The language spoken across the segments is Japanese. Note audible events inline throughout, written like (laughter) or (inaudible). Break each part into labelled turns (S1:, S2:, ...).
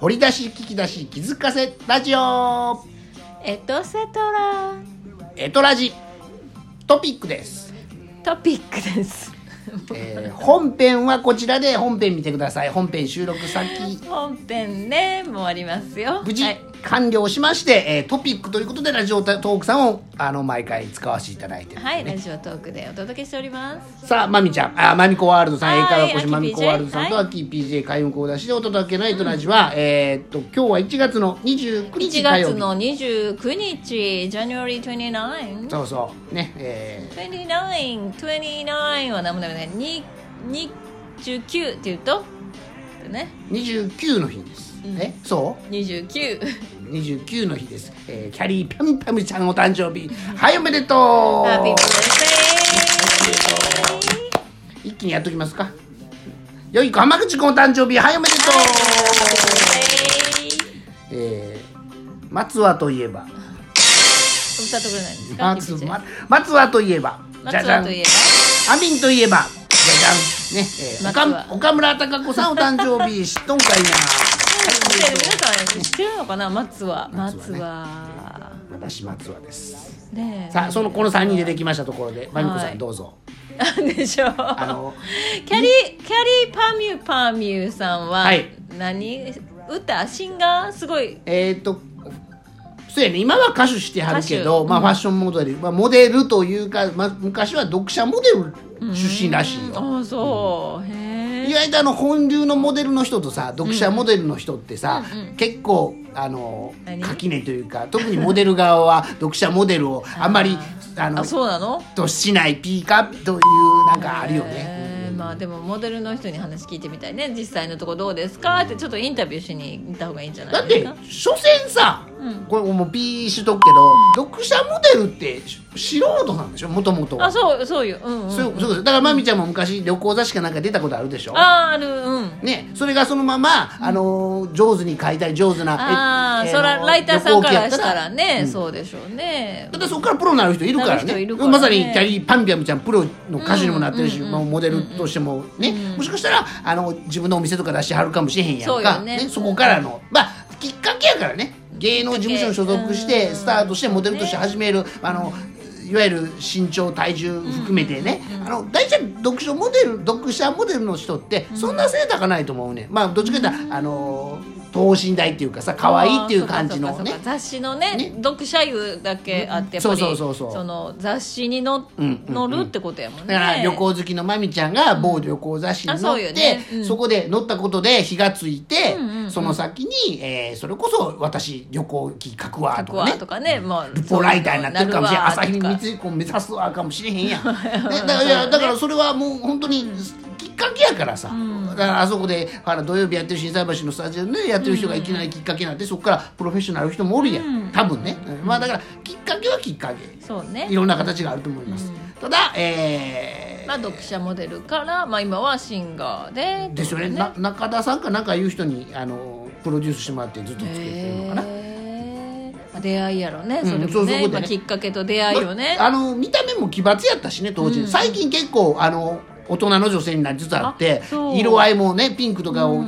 S1: 掘り出し聞き出し気づかせラジオ
S2: エトセトラ
S1: エトラジトピックです、
S2: トピックです
S1: えー本編はこちらで本編見てください本編収録先
S2: 本編ねもうありますよ
S1: 無事
S2: はい、
S1: 完了しまして、えートピックということでラジオトークさんをあの毎回使わせていただいてるんで
S2: はい
S1: ね
S2: ラジオトークでお届けしております
S1: さあまみちゃんあまみこワールドさん英
S2: はい
S1: 会話講師
S2: あき
S1: まみこワールドさんと
S2: はい
S1: アキ PJ 開運講座師でお届けないとラジは、えーっと今日は1月の29日
S2: 1
S1: 火曜
S2: 月
S1: 日
S2: の29日 January 29
S1: そうそうねえー
S2: 29 29は何もダメだねに29って言うとね
S1: 29の日です、
S2: うん
S1: えそう
S2: 29
S1: 29の日です、えーキャリーぴゃんぴゃんちゃんお誕生日はいおめでと
S2: ハッピー
S1: う
S2: バースデー
S1: 一気にやっときますかよい子浜口君お誕生日はいおめでとう、えー松はといえば
S2: 歌ってくれないんですか
S1: 松
S2: キムチ
S1: ま松はといえばじゃ
S2: 松
S1: じゃ
S2: は
S1: ん
S2: といえ
S1: アミンといえばじゃじゃんね、えー、
S2: 松は
S1: 岡岡村孝子さんお誕生日知っとんかいな
S2: ば知ってる皆さん知ってるのかな松は
S1: 松
S2: 松
S1: はね
S2: は
S1: 私松はです
S2: ねえ
S1: さあそのこの3人出てきましたところでまみこさん、
S2: はい
S1: どうぞ
S2: なんでしょう
S1: あの
S2: キャリーキャリーパミュパミュさんは
S1: はい
S2: 何歌シンガーすごい
S1: えーっとそうやね今は歌手してはるけ
S2: 歌
S1: ど、
S2: 手
S1: まあ、ファッションモデル、まあ、モデルというか、まあ、昔は読者モデル出身らしいよ、
S2: ああそうへ
S1: 意
S2: え
S1: 外とあの本流のモデルの人とさ読者モデルの人ってさ、結構あの
S2: 何
S1: 垣根というか特にモデル側は読者モデルをあんまりあの
S2: あそうなの
S1: としないピーカーというなんかあるよね。
S2: へえまあでもモデルの人に話聞いてみたいね実際のとこどうですかってちょっとインタビューしに行った方がいいんじゃ
S1: だ
S2: な
S1: っ
S2: い
S1: て
S2: ですか
S1: 所詮さ、これもうピーしとくけど、読者モデルって素人なんでしょもともと
S2: あそうそうようんうん
S1: そうそうですだからまみちゃんも昔旅行雑誌かなんか出たことあるでしょ
S2: あーあるうん
S1: ね、それがそのまま、あのー上手に書いたり上手な
S2: ああ
S1: え
S2: そら
S1: の
S2: ライターさんからしたら
S1: 旅行記や
S2: ね、そうでしょうね
S1: ただそこからプロになる人いるから
S2: なる人
S1: ね
S2: いるからね
S1: まさにキャリーパンピャムちゃんプロの歌手にもなってるし、まあモデルとしてもね、もしかしたらあの自分のお店とか出してはるかもしれへんやん
S2: そう
S1: か
S2: よね
S1: そこからの、まあきっかけやからね芸能事務所に所属して、
S2: うん
S1: スタートしてモデルとして始める、あのいわゆる身長体重含めてね、あの大体読書モデル読者モデルの人ってそんな背高ないと思うね、まあどっちかというとあの等身大っていうかさ可愛いっていう感じの
S2: あーそうか
S1: ね
S2: そうかそうか雑誌のね
S1: ね
S2: 読者優だけあってやっぱ
S1: そう
S2: り
S1: そうそうそう
S2: の雑誌にの、
S1: うんうん
S2: 乗るってことやもん
S1: だ
S2: ね
S1: から旅行好きのまみちゃんが某旅行雑誌に
S2: あ
S1: 乗っ
S2: そう
S1: て、
S2: よ
S1: そ
S2: ねうん
S1: こで乗ったことで火がついて、
S2: うんうんうん
S1: その先に、えーそれこそ私旅行記書くわ
S2: 書
S1: と
S2: く
S1: か
S2: わ
S1: ね
S2: とかね、まあ
S1: ルポライターになってるかもしれない朝日に
S2: なるわ
S1: 三
S2: とか
S1: 井子目指すわかもしれへんやん、ね、だからい
S2: (laughs)
S1: やだからそれはもう本当にきっかけやからさ、だからあそこであの土曜日やってる心斎橋のスタジオで、ね、やってる人がいきなりきっかけなんでそこからプロフェッショナルの人もおるやん、多分ね、まあだからきっかけはきっかけ
S2: そうね
S1: いろんな形があると思います、ただえー
S2: まあ読者モデルから、まあ、今はシンガーで
S1: ですよねな中田さんかなんかいう人にあのプロデュースしてもらってずっと作ってるのかな、
S2: へーまあ出会いやろね
S1: うん
S2: それもね,、
S1: そうそういうこと
S2: ま
S1: やね
S2: あ、きっかけと出会いよね
S1: あの見た目も奇抜やったしね当時、最近結構あの大人の女性になりつつあって
S2: あそう
S1: 色合いもねピンクとかを、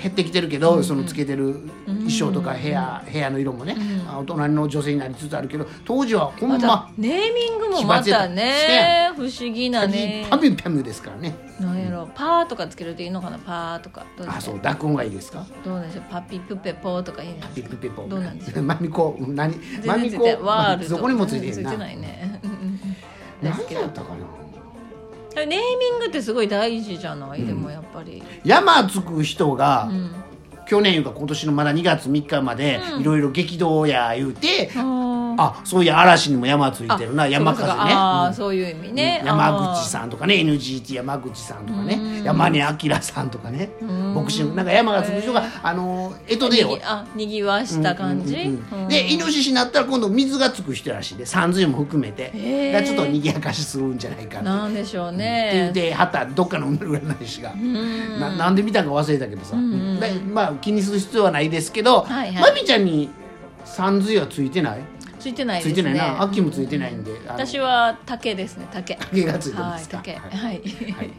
S1: 減ってきてるけど、そのつけてる衣装とか部屋,、部屋の色もね、あ大人の女性になりつつあるけど当時はほん
S2: また
S1: ま
S2: ネーミングもまたね不思議なね
S1: パミュパミュですからね
S2: なんやろパーとかつけるといいのかなパーとかどうで
S1: あ
S2: す
S1: そ
S2: か
S1: う濁音がいいですか
S2: どうなんでしょうパピプペポーとかいいんじゃない
S1: ピ
S2: で
S1: ッピ
S2: すか
S1: ペポ
S2: どうなんでしょう
S1: マミコ何マミ
S2: 全然つい
S1: コ
S2: てワールド
S1: どこにもついてる
S2: 全然
S1: な
S2: ないね (laughs) で
S1: 何
S2: すけ
S1: や
S2: ど
S1: ったかな
S2: ネーミングってすごい大事じゃない、でもやっぱり
S1: 山つく人が、
S2: うん
S1: 去年いうか今年のまだ2月3日までいろいろ激動や言うて、あそういや嵐にも山ついてるな山風ね
S2: そうかそうかあーそういう意味ね、
S1: うん山口さんとかね NGT 山口さんとかね、山根明さんとかね、ボクシングなんか山がつく人が、あのえとで
S2: で
S1: よ
S2: あにぎわした感じ、うん
S1: でイノシシになったら今度水がつく人らしいで三髄も含めて、
S2: へー
S1: がちょっと賑やかしするんじゃないかって
S2: なんでしょう
S1: って
S2: ね
S1: ではたどっかの埋める占い師が、ななんで見たか忘れたけどさ、でまあ気にする必要はないですけど、
S2: はいはい
S1: まみちゃんにさんずいはついてない
S2: ついてない
S1: つ
S2: で
S1: い
S2: す
S1: て
S2: ね
S1: ないな秋もついてないんで、あの
S2: 私は竹ですね竹
S1: 竹がついてま
S2: はい
S1: すか
S2: 竹
S1: は
S2: はいい、
S1: はい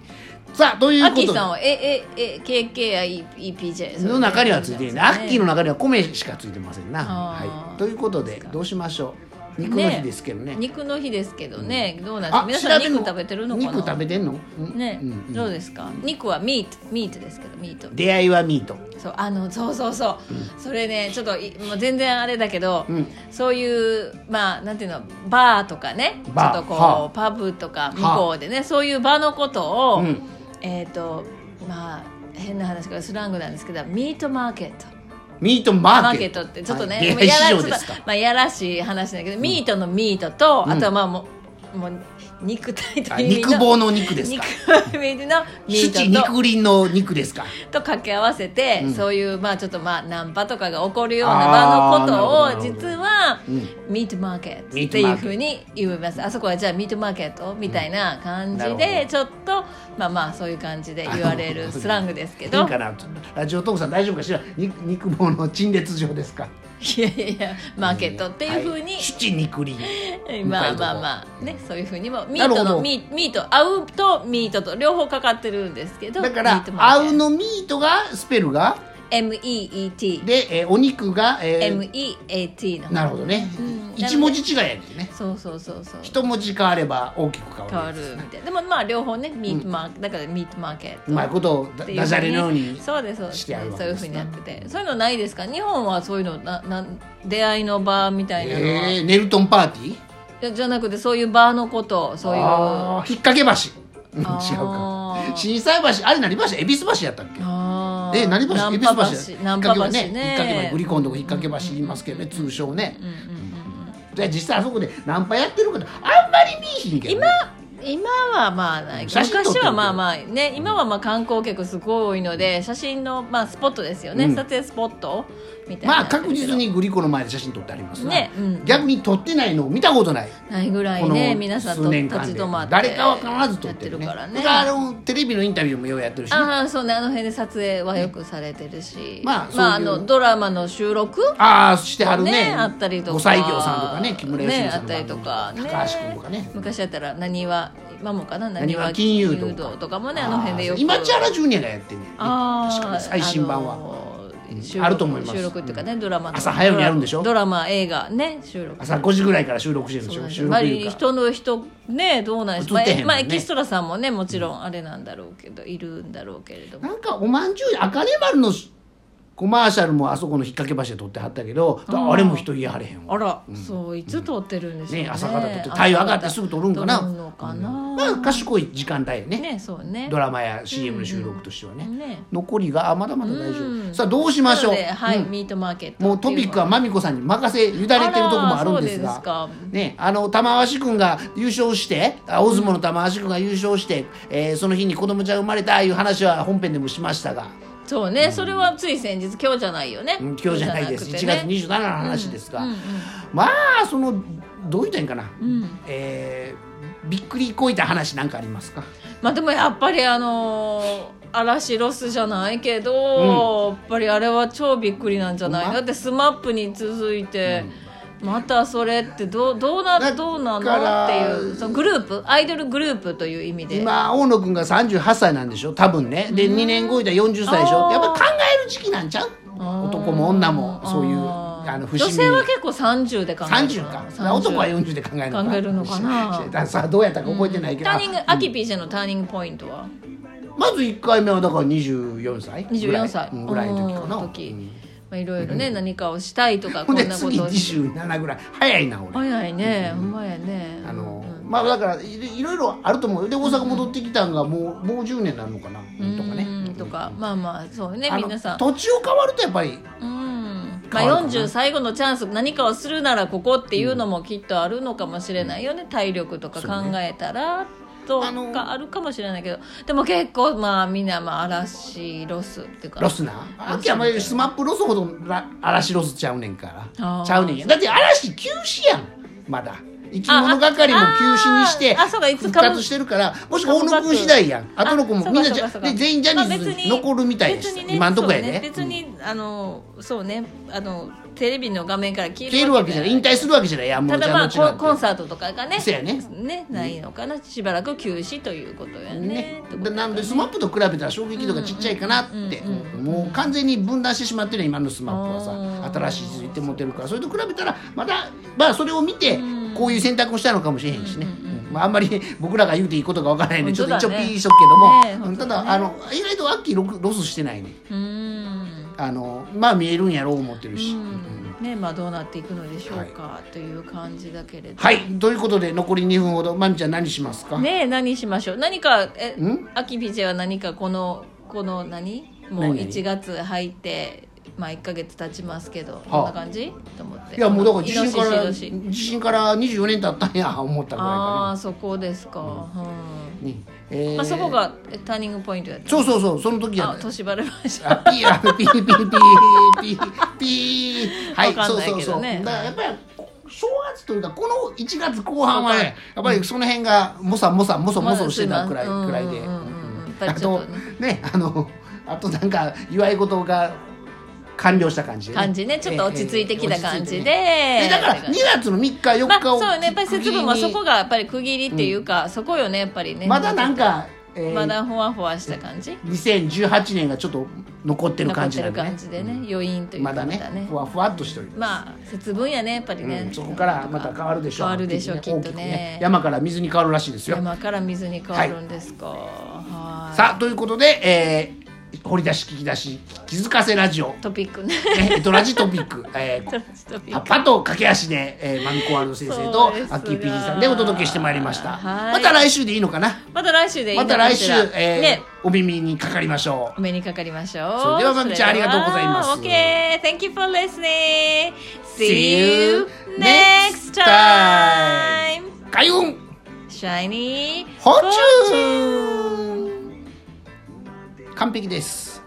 S1: さあとい
S2: ア
S1: う
S2: ッ
S1: こ
S2: キー
S1: と
S2: さんはえええ KKIEPJ
S1: の中にはついてい
S2: る
S1: ないアッキーの中には米しかついてませんな、
S2: あー
S1: はい、ということでどうしましょう肉の
S2: ね
S1: 日ですけどね
S2: 肉の日ですけどね、どうなんですか皆さん肉食べてるのかな
S1: 肉食べてんのん
S2: ね、
S1: うんうん
S2: どうですか肉はミートミートですけどミート
S1: 出会いはミート
S2: そうあのそうそうそう、それねちょっといもう全然あれだけど、
S1: うん
S2: そういうまあなんていうのバーとかねちょ
S1: バー
S2: っとこう、
S1: はあ
S2: パブとか向こうでねそういう場のことを、
S1: うん
S2: えっ、とまあ変な話からスラングなんですけどミートマーケット
S1: ミートマ
S2: マ
S1: ー
S2: ー
S1: ケ
S2: ケ
S1: ッ
S2: ッ
S1: ト
S2: トってちょっとね、
S1: はい
S2: もうやら
S1: 出会い
S2: ち
S1: 市
S2: ょ
S1: 場
S2: っ
S1: です
S2: と (laughs)
S1: か
S2: まあ、やらしい話だけど、ミートのミートと、
S1: うん
S2: あとはまあもうもう肉体と
S1: あ
S2: いう意味の
S1: 肉棒の肉ですか
S2: 肉棒のミー
S1: 七
S2: トと
S1: 肉林の肉ですか
S2: と掛け合わせて、
S1: うん
S2: そういうまあちょっとまあナンパとかが起こるような
S1: あー
S2: 場のことを
S1: なるほど
S2: 実は、
S1: うん
S2: ミートマーケット
S1: meat
S2: っていうふうに言いますあそこはじゃあミートマーケットみたいな感
S1: う
S2: じ
S1: んなる
S2: で、
S1: ほ
S2: ちょっとまあまあそういう感じで言われ
S1: あ
S2: る
S1: の
S2: スラングですけ
S1: い
S2: ど
S1: いかなラジオトークさん大丈夫かしら肉肉棒の陳列場ですか
S2: いやいやいやマーケットっていうふうに、
S1: はい七肉林
S2: まあまあまあねそういうふうにもミ
S1: な
S2: ー
S1: るほ
S2: ト
S1: ど
S2: のミミート合うとミートと両方かかってるんですけど
S1: だか
S2: ミ
S1: ら
S2: ートマー
S1: 合
S2: ケット
S1: うのミートがスペルが
S2: MEET
S1: で、えーお肉が、えー
S2: MEAT の
S1: なるほどね、
S2: うん
S1: 一文字違いやけどね
S2: そうそうそうそう
S1: 一文字変われば大きく変
S2: 変
S1: わ
S2: わ
S1: る
S2: るみたいなでもまあ両方ねミートマー、だからミートマーケット
S1: うまいことを
S2: っ
S1: ダ
S2: ていうふうに
S1: ダジャレのように
S2: そうですそうです
S1: してあるわ
S2: そ
S1: け
S2: うい
S1: で
S2: う
S1: す
S2: ふ
S1: ね
S2: うになっててそういうのないですか日本はそういうのななん出会いの場みたいなのは、
S1: えー、ネルトンパーティー
S2: じゃじゃなくてそういう場のことそういう
S1: あー引っ掛け橋うん違う
S2: あー
S1: か震災橋あれ何橋恵比寿橋やったっけ
S2: あー
S1: え何橋
S2: ナ
S1: 恵
S2: ン
S1: 比
S2: パ
S1: 寿
S2: 橋
S1: 橋
S2: ナンパ橋
S1: 引
S2: ね
S1: っ掛け橋売り込んどこ引っ掛け橋言いますけどね通称ねで実際あそこでナンパやってるけどあんまり見えひんけどね
S2: (laughs) 今はまあない
S1: 写真撮ってる
S2: 昔はまあまあね今はまあ観光客すごい多いので写真のまあスポットですよね、
S1: うん
S2: 撮影スポットみたいな
S1: まあ確実にグリコの前で写真撮ってありますな
S2: ねうん
S1: 逆に撮ってないのを見たことない
S2: ないぐらいね皆さんと立ち止まって
S1: 誰かは必ず撮ってる,、
S2: やってるからね
S1: だからあのテレビのインタビューもようやってるしね、
S2: ああそうねあの辺で撮影はよくされてるし、
S1: まあ
S2: まあ、あ
S1: そういう
S2: のドラマの収録
S1: ああしてはるね
S2: あったりとか
S1: ご西行さんとかね木村佳
S2: ね
S1: 乃
S2: あ
S1: さん
S2: ったりとか、ね、
S1: 高橋君とかね
S2: 昔だったら何は今もかな
S1: なにわ金融道
S2: 金とかもねあの辺でよく
S1: 今千原ジュニアがやってんねんね
S2: あー
S1: 確かに最新版は、
S2: あのー収録
S1: あると思います
S2: 収録っていうかね、ドラマとか
S1: 朝早うにやるんでしょ
S2: ドラマ映画ね収録
S1: 朝5時ぐらいから収録してるんで
S2: そ
S1: しょ
S2: うなんです
S1: 収
S2: よまあ
S1: 録いうか
S2: 人の人ねどうなんでしょう、
S1: 映
S2: ま
S1: っ
S2: あ
S1: てへんもんね
S2: まあエキストラさんもねもちろんあれなんだろうけどいるんだろうけれども
S1: なんかおまんじゅう赤根丸のコマーシャルもあそこの引っ掛け橋で撮ってはったけどあれも人言いはれへんわ
S2: あら、そういつ撮ってるんでしょうね
S1: ね朝方撮って太陽上がってすぐ撮るんかな
S2: 撮るのかな、
S1: まあ賢い時間帯やね
S2: ねそうね
S1: ドラマや CM の収録としてはね、
S2: ね
S1: 残りがあまだまだ大丈夫、
S2: うん
S1: さあどうしましょう
S2: なのではい、
S1: うん
S2: ミートマーケットってい
S1: もうトピックはまみこさんに任せ委ねてるとこもあるんです
S2: あらそうです
S1: が
S2: か
S1: ね、あの玉鷲君が優勝してあ大相撲の玉鷲君が優勝して、えーその日に子供ちゃん生まれたいう話は本編でもしましたが、
S2: そうね、それはつい先日今日じゃないよね、
S1: うん今日じゃないです、
S2: 今日
S1: 1
S2: じ
S1: 月
S2: ゃなくてね
S1: 27の話ですが、
S2: うんうん
S1: まあそのどう言ったらいいんかな、
S2: ん
S1: えーびっくりこいた話なんかありますか
S2: まあでもやっぱりあのー嵐ロスじゃないけど、やっぱりあれは超びっくりなんじゃない、
S1: ほんま
S2: だってスマップに続いて、またそれってどうどうな
S1: だから
S2: どうなのっていうそのグループアイドルグループという意味で
S1: 今大野君が38歳なんでしょ多分ねで2年後いたら40歳でしょ
S2: あー
S1: やっぱり考える時期なんちゃう男も女もそういうあの節
S2: 女
S1: 目に
S2: 性は結構30で考える
S1: 30か男は40で考えるのか
S2: 考えるのかな
S1: 知らんさあどうやったか覚えてないけど、
S2: ターニングアキピージェのターニングポイントは
S1: まず1回目はだから24歳ぐら
S2: 24
S1: い
S2: 歳
S1: うんぐらいの時かな、
S2: うん
S1: うん
S2: まあ、いろいろね何かをしたいとか
S1: ほ
S2: こ
S1: ん
S2: ん
S1: で
S2: なこ
S1: 次
S2: とを
S1: 27ぐらい早いな俺
S2: 早いねほんまやね
S1: あのまあだからいいろいろあると思うよで大阪戻ってきたんがもうもう10年なのかなとかね
S2: うんとかまあまあそうね
S1: あの
S2: 皆さん
S1: 土地を変わるとやっぱり
S2: うんまあ、
S1: 変わるかな
S2: 40最後のチャンス何かをするならここっていうのもきっとあるのかもしれないよね、体力とか考えたら、と
S1: あの
S2: かあるかもしれないけどでも結構まあみんなまあ嵐ロスっていうか
S1: ロスな秋はまスマップロスほどら嵐ロスちゃうねんか
S2: あ
S1: ら
S2: ー
S1: ちゃうねんやだって嵐休止やんまだ生き物係も休止にして
S2: あああそうかいつ
S1: 復
S2: かぶ
S1: 活してるからもしくは大野君次第やん
S2: あ
S1: 後の子もみんなじ
S2: そ
S1: ゃ
S2: うかそうかそう
S1: で
S2: か
S1: 全員ジャニーズに残るみたいです、
S2: まあ別にね
S1: 今んとこや
S2: そう
S1: ね
S2: 別に、あのそうねあのテレビの画面から消える
S1: 消えるわけじゃない引退するわけじゃないやんも
S2: た
S1: うじ
S2: だ
S1: ゃ
S2: まあ
S1: 後々
S2: コ
S1: なんて
S2: ンコンサートとかがね
S1: そうやね
S2: ねないのかなしばらく休止ということやね
S1: ね
S2: ってこ、
S1: で
S2: とや
S1: なのでスマップと比べたら衝撃度がちっちゃいかなって、
S2: うんうんうん
S1: もう完全に分断してしまってるね今のスマップは
S2: あ
S1: さ
S2: ー
S1: 新しい地図って持ってるからそれと比べたらまだまあそれを見て
S2: うん
S1: こういう選択をしたのかもしれへんしね、
S2: うん
S1: うんまあ、あんまり (laughs) 僕らが言うていいことがわからないんで、ちょっと一応
S2: 本
S1: ピ
S2: 当だね
S1: ーしとくけども、
S2: ねえ
S1: うんた
S2: 本当だね
S1: だあの意外とアッキーロクロスしてないね
S2: うーん
S1: あのまあ見えるんやろう思ってる
S2: う
S1: し。
S2: んねまあどうなっていくのでしょうか、という感じだけれど
S1: はいということで残り2分ほどまみちゃん何しますか、
S2: ねえ何しましょう何かえ
S1: ん
S2: アキピジェは何かこのこの何もう
S1: 何々
S2: 1月入ってまあ1か月経ちますけど
S1: あ
S2: こんな感じと思ってい
S1: いやもうだから地震から
S2: あ
S1: 地震から24年経ったんや思ったぐらい
S2: あー
S1: か
S2: そこですか、うん
S1: な、ねえー
S2: まあ、そこがえターニングポイントやった
S1: そうそうそう、その時や
S2: あ
S1: った。
S2: 年ばれました
S1: あ、ピー、あ、ピー、ピー、ピー、ピー、ピー。はい、
S2: わか
S1: そ
S2: ん
S1: う
S2: ない
S1: そう
S2: け
S1: そう。
S2: ど
S1: だ
S2: ね
S1: からやっぱり、正月というか、この1月後半はね、やっぱりその辺が、もさもさ、もそもそしてたくらい、
S2: まあ
S1: くらいで
S2: うんうんうんうんやっ。ぱ
S1: あ
S2: りちょ
S1: と
S2: っとね、
S1: ね、あの、あとなんか、祝い事が完了した感じで。
S2: 感じねちょっと落ち着いてきた感じで、
S1: ええ。えええだから、2月の3日、
S2: ま
S1: 4
S2: あ
S1: 日を。
S2: そうねやっぱり節分はそこがやっぱり区切りっていうか、そこよねやっぱりね
S1: まだなんか、ええ
S2: まだほわほわした感じ
S1: 2018年がちょっと残ってる
S2: 残
S1: 感
S2: っ
S1: じ
S2: て
S1: なん
S2: る
S1: でね
S2: 感じでね、余韻というか
S1: まだねふわふわっとしております、
S2: まあ節分やねやっぱりね、
S1: うんそこからまた変わるでしょう
S2: 変わるでしょうきっと
S1: 大きく
S2: ね
S1: 山から水に変わるらしいですよ
S2: 山から水に変わるんですか、はい
S1: さあということで、えー掘り出し聞き出し気づかせラジオ
S2: トピックね
S1: えードラジトピック、え
S2: ト
S1: ー
S2: ピ
S1: パ
S2: ック
S1: パと駆け足で、えーマミコワールド先生
S2: そ
S1: と
S2: うですが
S1: アッキー PG さんでお届けしてまいりました
S2: は
S1: ま
S2: い
S1: た来週でいいのかな
S2: また来週でいいの
S1: また来週、
S2: かしら
S1: えー
S2: ね
S1: お耳にかかりましょ
S2: お目にかかりましょう
S1: それではまみちゃん
S2: それで
S1: ありが
S2: は
S1: とうございます
S2: OK Thank you for listening
S1: See
S2: See you
S1: you next
S2: next
S1: time.
S2: time
S1: う開運
S2: Shiny
S1: フォーチューン完璧です